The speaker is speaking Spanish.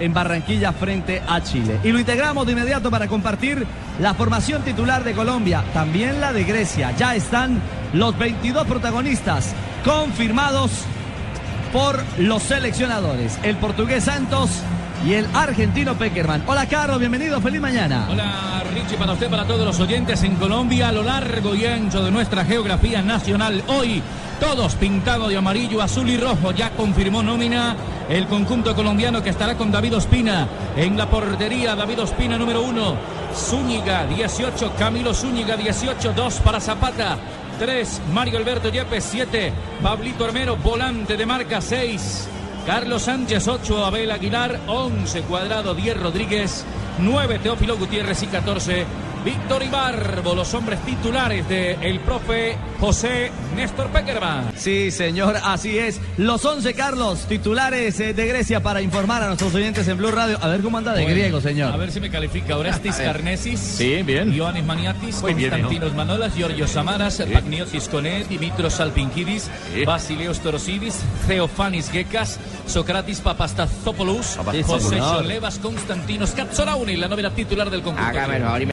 en Barranquilla frente a Chile. Y lo integramos de inmediato para compartir la formación titular de Colombia, también la de Grecia. Ya están los 22 protagonistas confirmados por los seleccionadores, el portugués Santos y el argentino Peckerman. Hola Carlos, bienvenido, feliz mañana. Hola Richie, para usted, para todos los oyentes en Colombia, a lo largo y ancho de nuestra geografía nacional. Hoy todos pintados de amarillo, azul y rojo. Ya confirmó nómina el conjunto colombiano que estará con David Ospina en la portería. David Ospina número uno, Zúñiga 18, Camilo Zúñiga 18, 2 para Zapata. 3, Mario Alberto Yepes 7, Pablito Armero, volante de marca 6, Carlos Sánchez 8, Abel Aguilar 11, Cuadrado 10, Rodríguez 9, Teófilo Gutiérrez y 14, Víctor Ibarbo, los hombres titulares del el profe José Néstor Peckerman. Sí, señor, así es. Los 11 Carlos, titulares eh, de Grecia para informar a nuestros oyentes en Blue Radio. A ver cómo anda de Bueno, griego, señor. A ver si me califica. Orestis Carnesis. Sí, bien. Ioannis Maniatis, Muy bien, Constantinos Manolas, Giorgio Samaras, Pagniotis Coné, Dimitros Salpinkidis, Sí. Basileos Torosidis, Theofanis Gekas, Socratis Papastazopoulos, Papastazopoulos. José Cholevas, Constantinos Katsorauni, la novela titular del conjunto. Hágame el favor y me